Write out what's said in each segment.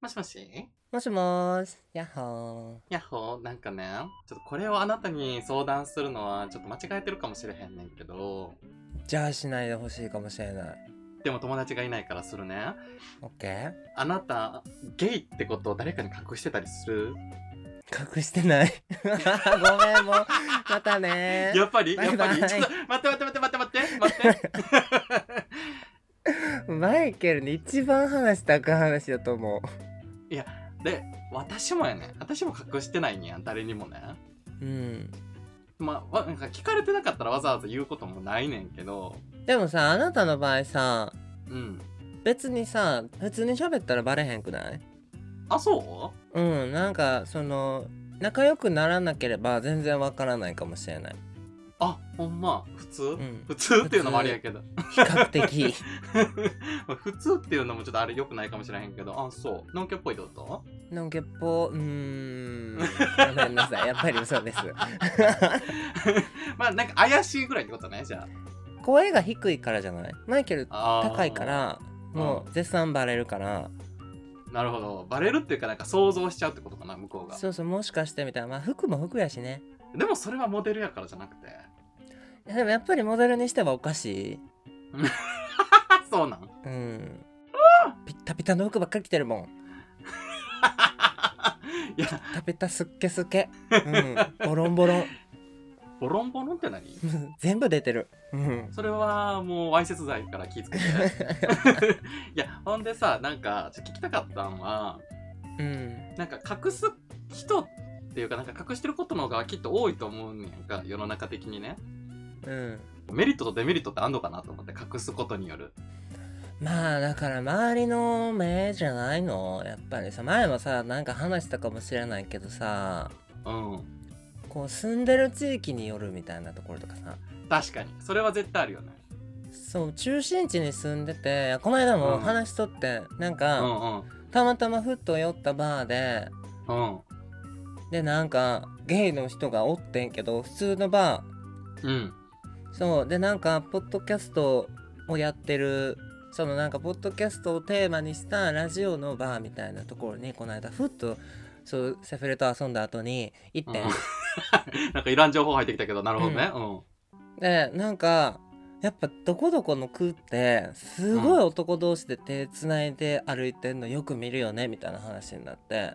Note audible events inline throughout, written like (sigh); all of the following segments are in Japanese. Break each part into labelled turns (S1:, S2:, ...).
S1: もしもし
S2: もしもーし、やっほ
S1: やっほー、なんかね、ちょっとこれをあなたに相談するのはちょっと間違えてるかもしれへんねんけど、
S2: ー。じゃあしないでほしいかもしれない。
S1: でも友達がいないからするね。
S2: オッケー
S1: あなた、ゲイってことを誰かに隠してたりする
S2: 隠してない。 (laughs) ごめん、もう。またねー。
S1: やっぱり
S2: バ
S1: やっ
S2: イ
S1: ぱ
S2: バイ
S1: りちょっと待って待って待って待って待って待って
S2: マイケルに一番話したく話だと思
S1: で、私もやね、私も隠してないんや、誰にもね。
S2: う。うん。
S1: まあ、わなんか聞かれてなかったらわざわざ言うこともないねんけど、
S2: でもさ、あなたの場合さ、
S1: うん。
S2: 別にさ、普通に喋ったらバレへんくない
S1: あ、そ
S2: うん、なんか、その、仲良くならなければ全然わからないかもしれな
S1: う
S2: い。
S1: あ、ほんま、普通、
S2: ん
S1: 普通っていうのもあれやけど。
S2: 比較的。
S1: (laughs) まあ普通っていうのもちょっとあれ良くないかもしれへんけど、あ、そう。のんけっぽいってこと
S2: のんけっぽ、うーん。ごめんなさい、やっぱり嘘です。
S1: まあなんか怪しいぐらいってことね、じゃ
S2: 声が低いからじゃないマイケル
S1: あ。あー
S2: 高いか。らもう絶賛バレるから
S1: なるほど。バレるっていうかなんか想像しちゃうってことかな、向こうが。
S2: そうそうもしかしてみたいなまあ服も服やしね
S1: でもそれはモデルやからじゃなくて。
S2: いやでもやっぱりモデルにしてはおかしい
S1: あ、そうなん。
S2: うんピッタピタの服ばっかり着てるも
S1: (laughs)
S2: ん
S1: いや、
S2: ピタピタすっけすけうんボロンボロン
S1: ボロンボロンって
S2: (laughs)
S1: 何
S2: 全部出てるうん
S1: それはもうわいせつ罪から気ぃつけて。
S2: (laughs)
S1: いや、ほんでさ、なんかちょっと聞きたかったんは、
S2: うん
S1: なんか隠す人っていうかなんか隠してることの方がきっと多いと思うんやんか、世の中的にね。
S2: うん
S1: メリットとデメリットってあんのかなと思って隠すことによる
S2: まあだから周りの目じゃないのやっぱりさ前もさなんか話したかもしれないけどさ
S1: うん
S2: こう住んでる地域によるみたいなところとかさ
S1: 確かにそれは絶対あるよね
S2: そう中心地に住んでてこの間も
S1: うん
S2: 話しとって、なん
S1: う
S2: か、
S1: んうん
S2: たまたまふっと寄ったバーで
S1: うん
S2: でなんかゲイの人がおってんけど普通のバ
S1: うん (laughs)
S2: ーそうでなんかポッドキャストをやってるそのなんかポッドキャストをテーマにしたラジオのバーみたいなところにこの間ふっとそうセフレと遊んだ後に行ってん、
S1: なんかいらん情報入ってきたけどなるほどねうん、
S2: でなんかやっぱどこどこの区ってすごい男同士で手つないで歩いてんのよく見るよねみたいな話になって
S1: へえ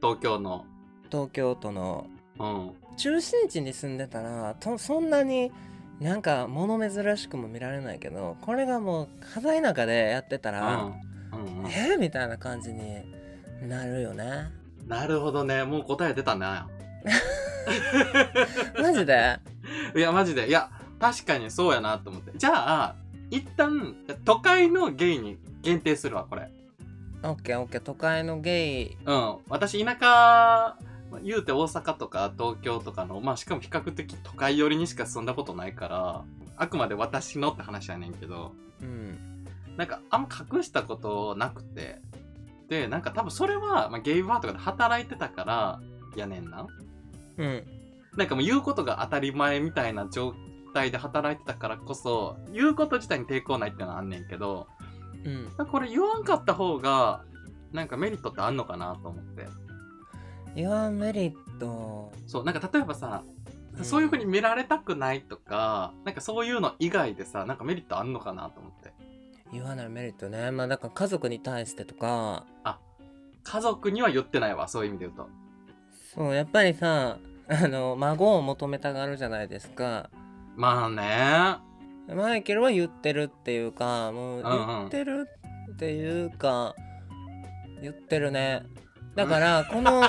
S1: 東京の
S2: 東京都の
S1: うん
S2: 中心地に住んでたらとそんなになんか物珍しくも見られないけどこれがもう片田舎でやってたら、
S1: うんうんうん
S2: えーみたいな感じになるよね
S1: なるほどねもう答え出たね
S2: マジで (laughs)
S1: いやマジでいや確かにそうやなと思ってじゃあ一旦都会のゲイに限定するわこれ
S2: OKOK 都会のゲイ
S1: うん私田舎言うて大阪とか東京とかのまあしかも比較的都会寄りにしか住んだことないからあくまで私のって話やねんけど
S2: うん
S1: なんかあんま隠したことなくてでなんか多分それは、まあ、ゲイバーとかで働いてたからやねんな
S2: うん
S1: なんかもう言うことが当たり前みたいな状態で働いてたからこそ言うこと自体に抵抗ないってのはあんねんけど
S2: うん
S1: なんかこれ言わんかった方がなんかメリットってあんのかなと思って
S2: 言わんメリット
S1: そうなんか例えばさ
S2: うん
S1: そういう風に見られたくないとか、なんかそういうの以外でさ、なんかメリットあんのかなと思って。
S2: 言わないメリットねまあだから家族に対してとか
S1: 家族には言ってないわ、そういう意味で言うと。
S2: そうやっぱりさあの孫を求めたがるじゃないですか
S1: まあね。
S2: マイケルは言ってるっていうかもう
S1: うんうん
S2: 言ってるっていうか、言ってるねだからこの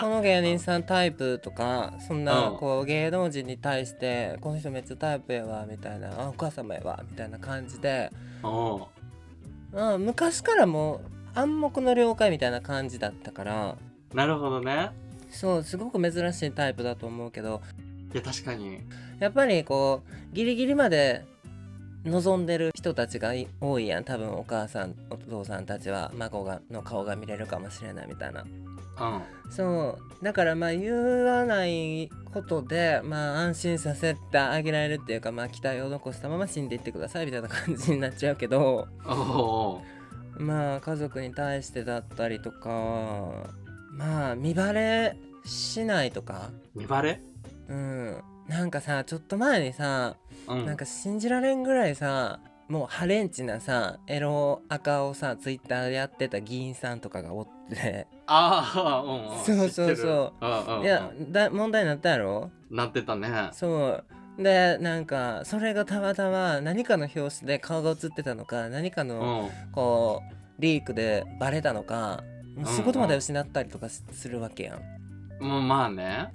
S2: この芸人さんタイプとかそんな
S1: うん
S2: こう芸能人に対してこの人めっちゃタイプやわみたいなあお母様やわみたいな感じで、
S1: おう
S2: うん、昔からもう暗黙の了解みたいな感じだったから
S1: なるほどね。
S2: そうすごく珍しいタイプだと思うけど
S1: いや、確かに。
S2: やっぱりこうギリギリまで望んでる人たちがい多いやん多分お母さんお父さんたちは孫がの顔が見れるかもしれないみたいな
S1: うん。
S2: そうだからまあ言わないことでまあ安心させてあげられるっていうかまあ期待を残したまま死んでいってくださいみたいな感じになっちゃうけど
S1: おうおう
S2: まあ家族に対してだったりとかまあ見バレしないとか
S1: 見バレ
S2: うんなんかさちょっと前にさ
S1: うん。
S2: なんか信じられんぐらいさもうハレンチなさエロアカをさツイッターでやってた議員さんとかがおって
S1: ああ、うんうん。
S2: そうそう
S1: 知ってる
S2: そう。
S1: うんうんうん。
S2: いやだ問題になったやろ
S1: なってたね。
S2: そうでなんかそれがたまたま何かの表紙で顔が映ってたのか何か
S1: う
S2: の
S1: ん。
S2: こうリークでバレたのかもう仕事まで失ったりとかしするわけやん、
S1: もうまあね。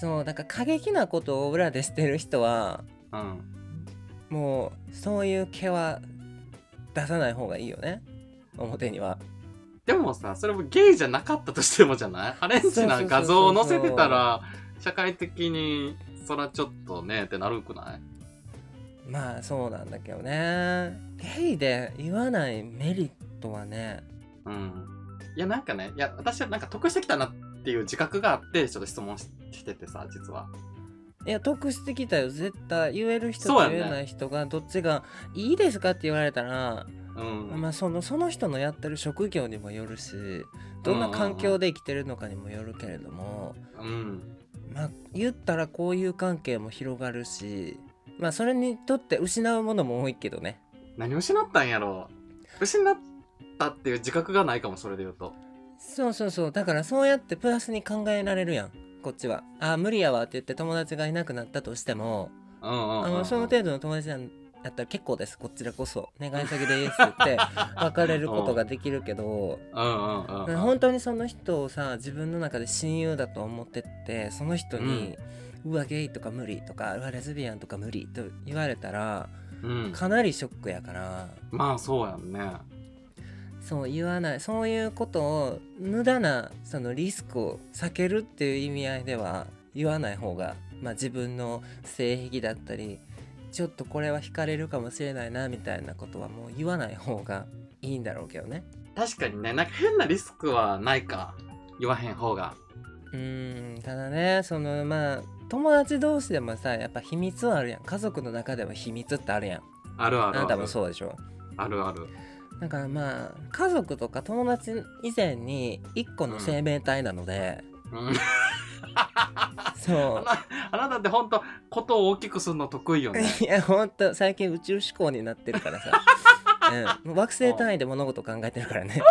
S2: そうだから過激なことを裏でしてる人は
S1: うん。
S2: もうそういう毛は出さない方がいいよね表には
S1: でもさ、それもゲイじゃなかったとしてもじゃ
S2: (laughs)
S1: ないハレンチな画像を載せてたら、社会的に、そらちょっとねってなるくない
S2: まあそうなんだけどねゲイで言わないメリットはね
S1: うん。いや、なんかね、いや、私はなんか得してきたなっていう自覚があって、ちょっと質問ししててさ、実は。
S2: いや得してきたよ絶対言える人
S1: そうや
S2: と
S1: ね
S2: 言えない人がどっちがいいですかって言われたら
S1: うん。
S2: まあ、そのその人のやってる職業にもよるしどんな環境で生きてるのかにもよるけれども、
S1: うん。
S2: まあ、言ったらこういう関係も広がるし、まあ、それにとって失うものも多いけどね
S1: 何を失ったんやろう失ったっていう自覚がないかも、それで言うと。
S2: そうそうそうだからそうやってプラスに考えられるやんこっちは「あ無理やわ」って言って友達がいなくなったとしても
S1: うんうん
S2: あ
S1: うん、うん。
S2: のその程度の友達なんだったら結構ですこちらこそ願い先でいいですって言
S1: (laughs)
S2: って別れることができるけど。
S1: うんうんうんうん。
S2: 本当にその人をさ自分の中で親友だと思ってってその人に、うわゲイとか無理とかうわレズビアンとか無理と言われたら
S1: うん、
S2: かなりショックやから
S1: まあそうやんね。
S2: そう言わないそういうことを無駄なそのリスクを避けるっていう意味合いでは言わない方が、まあ、自分の性癖だったりちょっとこれは惹かれるかもしれないなみたいなことはもう言わない方がいいんだろうけどね。
S1: 確かにね、なんか変なリスクはないか。言わへん方が。
S2: うーんただねそのまあ友達同士でもさやっぱ秘密はあるやん家族の中でも秘密ってあるやん
S1: あるあ
S2: あ
S1: るある。
S2: なたもそうでしょ
S1: あるある。
S2: だからまあ家族とか友達以前に一個の生命体なので、
S1: うん、
S2: そ
S1: あなたって本当ことを大きくするの得意よね。
S2: う (laughs) いやほんと最近宇宙思考になってるからさ、うん、もう惑星単位で物事を考えてるからね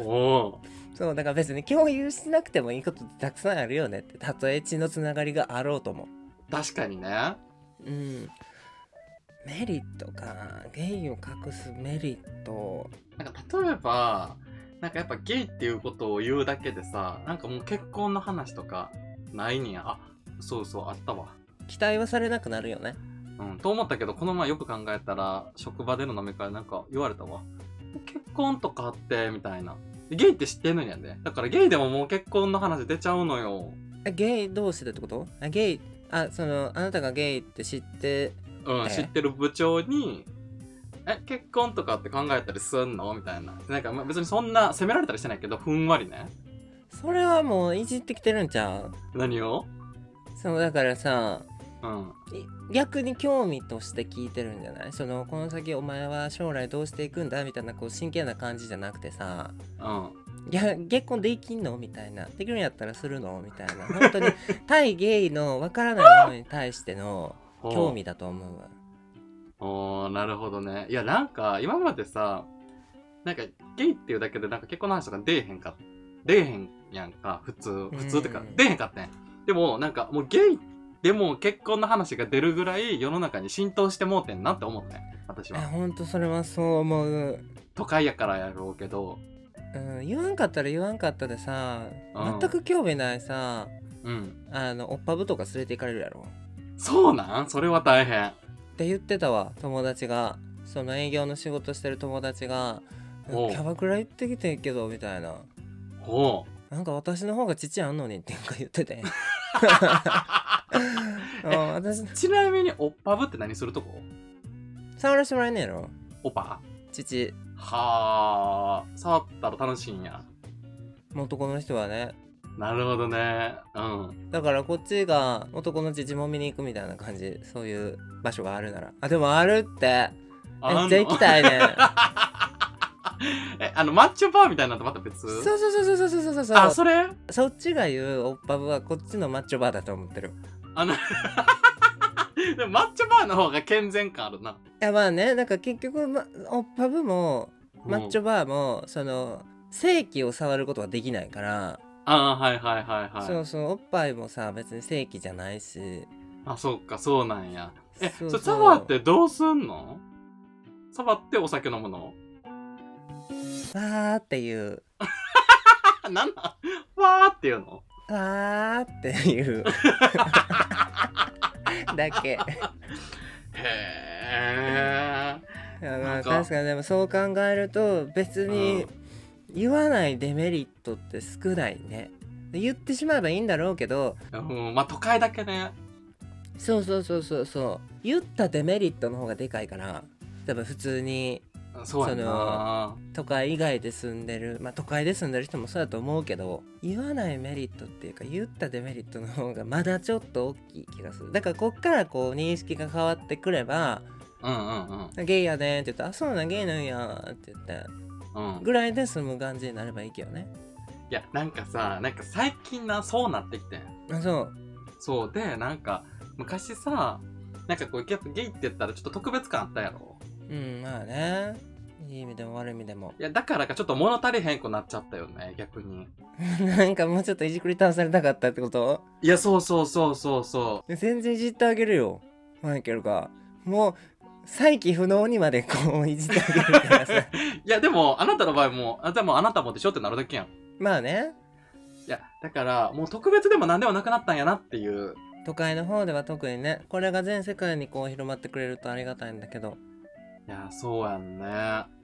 S1: おお
S2: そうだから別に共有しなくてもいいことってたくさんあるよねってたとえ血のつながりがあろうとも
S1: ー。確かにね。
S2: うん、メリットかゲイを隠すメリット
S1: なんか例えば、なんかやっぱゲイっていうことを言うだけでさ、なんかもう結婚の話とかないにや。あ、そうそう、あったわ。
S2: 期待はされなくなるよね
S1: うん、と思ったけど、この前よく考えたら、職場での飲み会なんか言われたわ。結婚とかあって、みたいな。でゲイって知ってんのやで。だからゲイでももう結婚の話出ちゃうのよ。
S2: あゲイ同士でってことあゲイあそのあなたがゲイって知って
S1: うん、
S2: え
S1: 知ってる部長に、え、結婚とかって考えたりすんのみたいな。なんかまあ別にそんな責められたりしてないけど、ふんわりね。
S2: それはもういじってきてるんちゃう
S1: 何を
S2: そうだからさ
S1: うん。
S2: い逆に興味として聞いてるんじゃないそのこの先お前は将来どうしていくんだみたいなこう真剣な感じじゃなくてさ
S1: うん。
S2: いや結婚できんのみたいなできるんやったらするのみたいな本当に対ゲイのわからないものに対しての
S1: ほう
S2: 興味だと思うわ
S1: おーなるほどねいやなんか今までさなんかゲイっていうだけでなんか結婚の話とか出えへんか出えへんやんか普通普通ってか
S2: うん
S1: 出えへんかったんやでもなんかもうゲイでも結婚の話が出るぐらい世の中に浸透してもうてんなって思ってん私
S2: あ
S1: は
S2: ほんとそれはそう思う、
S1: 都会やからやろうけど
S2: うん、言わんかったら言わんかったでさ
S1: うん
S2: 全く興味ないさ
S1: うん
S2: あのおっぱぶとか連れて行かれるやろ
S1: そうなんそれは大変
S2: って言ってたわ友達がその営業の仕事してる友達が「キ
S1: おう
S2: ャバクラ行ってきてんけど」みたいな
S1: おう
S2: 「なんか私の方が父あんのに」ってなんか言っ
S1: (laughs)
S2: ててうん私
S1: ちなみにおっぱぶって何するとこ
S2: 触らしてもらえねえの
S1: おぱ
S2: 父
S1: はあ触ったら楽しいんや
S2: 男の人はね
S1: なるほどねうん
S2: だからこっちが男の父も見に行くみたいな感じそういう場所があるならあでもあるって
S1: あ
S2: めっちゃ行きたいねん
S1: (laughs) え、あの、マッチョバーみたいなのとまた別
S2: そうそうそうそうそうそうそうそう
S1: あ、それ (laughs)
S2: そっちが言うオッパブはこっちのマッチョバーだと思ってる
S1: あの、でもマッチョバーの方が健全感あるな。
S2: いやまあねなんか結局、ま、オッパブもマッチョ
S1: ョ
S2: バーもその性器を触ることはできないから、
S1: あーはいはいはいはい。
S2: そうそうおっぱいもさ別に性器じゃないし
S1: あ、そうか、そうなんや。え、
S2: そ
S1: そうれ
S2: そう
S1: サバってどうすんのサバってお酒飲むの
S2: わーっていう
S1: あ、なんなんわーっていうの
S2: わーって
S1: (laughs)
S2: いうだけ
S1: へ
S2: いやま
S1: な
S2: あ
S1: んか
S2: 確かにでもそう考えると別に言わないデメリットって少ないね言ってしまえばいいんだろうけど
S1: え。うん、まあ都会だけね。
S2: そうそうそうそうそう言ったデメリットの方がでかいから多分普通に
S1: そうやな。
S2: 都会以外で住んでるまあ都会で住んでる人もそうだと思うけど言わないメリットっていうか言ったデメリットの方が (laughs) まだちょっと大きい気がするだからこっからこう認識が変わってくれば
S1: うんうん
S2: 「ゲイやね」って言ったら「あそうなんゲイなんや」って言って
S1: うん。うん。
S2: ぐらいで済む感じになればいいけどね
S1: いや、なんかさ、なんか最近な、そうなってきてん。
S2: あそう
S1: そうで、なんか、昔さ、なんかこう、やっぱゲイって言ったらちょっと特別感あったやろ。
S2: うんまあねいい意味でも悪い意味でも (laughs)
S1: いや、だからかちょっと物足りへんくなっちゃったよね、逆に。
S2: なんかもうちょっといじくり倒されたかったってこと
S1: いや、そうそうそうそうそ
S2: 全然いじってあげるよマイケルがもう再起不能にまでこういじってあげる (laughs) からさ
S1: う。いや、でも、あなたの場合も、あ、でもあなたもでしょってなるだけやん。い
S2: まあね
S1: や、だから、もう特別でも何でもなくなったんやなっていう。
S2: 都会の方では特にねこれが全世界にこう広まってくれるとありがたいんだけど
S1: いや、そうやんね。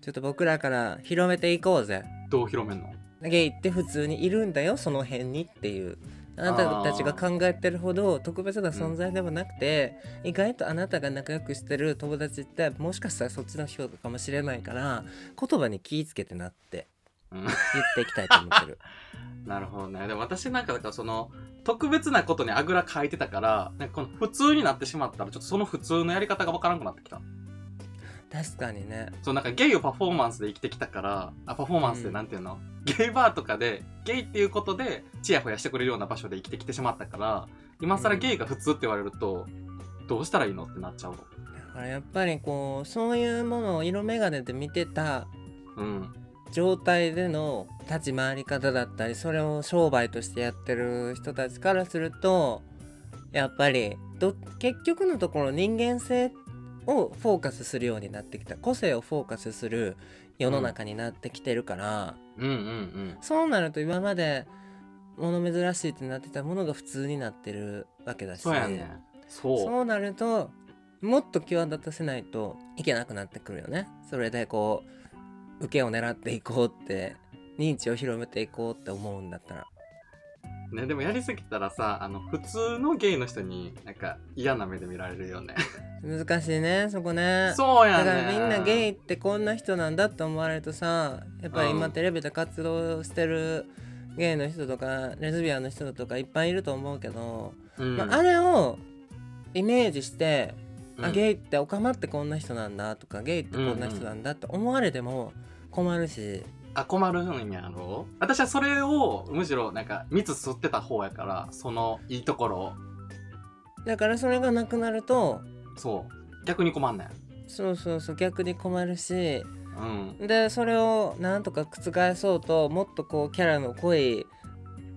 S2: ちょっと僕らから広めていこうぜ
S1: どう広めんの
S2: ゲイって普通にいるんだよその辺にっていうあなたたちが考えてるほど特別な存在ではなくて、意外とあなたが仲良くしてる友達ってもしかしたらそっちの人かもしれないから言葉に気ぃつけてなって
S1: うん
S2: 言っていきたいと思
S1: (laughs)
S2: ってる
S1: なるほどね。でも私なんか、だからその、特別なことにあぐらかいてたから、なんかこの普通になってしまったら、ちょっとその普通のやり方がわからなくなってきた。
S2: 確かにね
S1: そう、なんかゲイをパフォーマンスで生きてきたから、あ、パフォーマンスでなんていうの、ゲイバーとかで、ゲイっていうことで、チヤホヤしてくれるような場所で生きてきてしまったから、今更ゲイが普通って言われると、どうしたらいいのってなっちゃうの。
S2: だからやっぱりこうそういうものを色眼鏡で見てた
S1: うん。
S2: 状態での立ち回り方だったりそれを商売としてやってる人たちからするとやっぱりど結局のところ人間性をフォーカスするようになってきた個性をフォーカスする世の中になってきてるから、
S1: うんうんうん。
S2: そうなると今まで物珍しいってなってたものが普通になってるわけだし
S1: そうやね。そう。
S2: そうなるともっと際立たせないといけなくなってくるよねそれでこう受けを狙っていこうって認知を広めていこうって思うんだったら
S1: ね、でもやりすぎたらさ、あの、普通のゲイの人に、なんか嫌な目で見られるよね。
S2: 難しいねそこね
S1: そうや
S2: だ
S1: ね。
S2: からみんなゲ
S1: イ。
S2: イってこんな人なんだって思われるとさやっぱり今
S1: うん
S2: テレビで活動してるゲイの人とかレズビアンの人とかいっぱいいると思うけど、
S1: うん。
S2: まあ、あれをイメージして
S1: うん
S2: あゲイってオカマってこんな人なんだとかゲイってこんな人なんだって思われても困るし、
S1: あ、困るんやろ私はそれを、むしろ、なんか、蜜吸ってた方やから、その、いいところを。
S2: だからそれがなくなると
S1: そう。逆に困んねん。
S2: そうそうそう逆に困るし
S1: うん。
S2: でそれをなんとか覆そうともっとこうキャラの濃い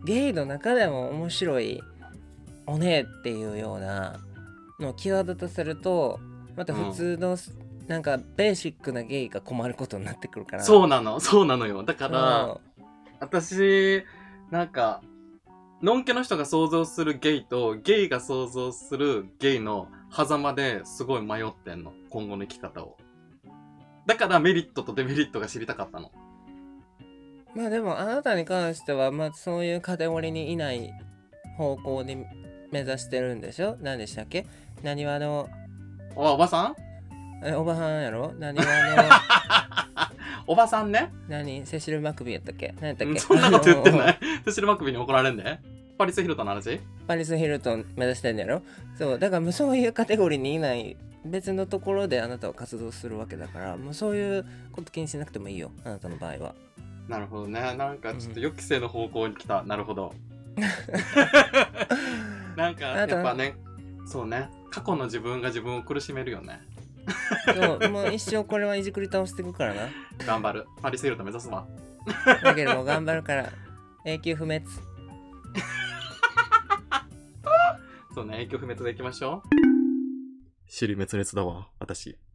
S2: ゲイの中でも面白いおねえっていうようなのを際立たせるとまた普通の、なんかベーシックなゲイが困ることになってくるからう
S1: そうなの、 (laughs) そうなのよ。だから、私、なんか、のんけの人が想像するゲイと、ゲイが想像するゲイの狭間ですごい迷ってんの。今後の生き方を。だからメリットとデメリットが知りたかったの。
S2: まあでもあなたに関しては、まあ、そういうカテゴリーにいない方向に目指してるんでしょ何でしたっけ何はの
S1: お、おばさん
S2: えおばはんやろ
S1: (laughs)
S2: 何は
S1: おばさんね。
S2: の何セシル・マクビーやったっけ何やったっ
S1: うん
S2: け
S1: そんなこと言ってな
S2: (laughs) あの
S1: い。 (laughs) セシル・マクビーに怒られんで。パリス・ヒルトンの話
S2: パリス・ヒルトン目指してんのやろそうだからもうそういうカテゴリーにいない別のところであなたは活動するわけだからもうそういうこと気にしなくてもいいよあなたの
S1: (laughs)
S2: 場合は
S1: なるほどねなんかちょっと予期せぬ方向に来た、なるほどなんかやっぱねそうね過去の自分が自分を苦しめるよね
S2: そうもう一生これはいじくり倒していくからな
S1: 頑張るパリセールド目指すわ
S2: だけども頑張るから永久不滅
S1: そうね永久不滅でいきましょう尻滅裂だわ私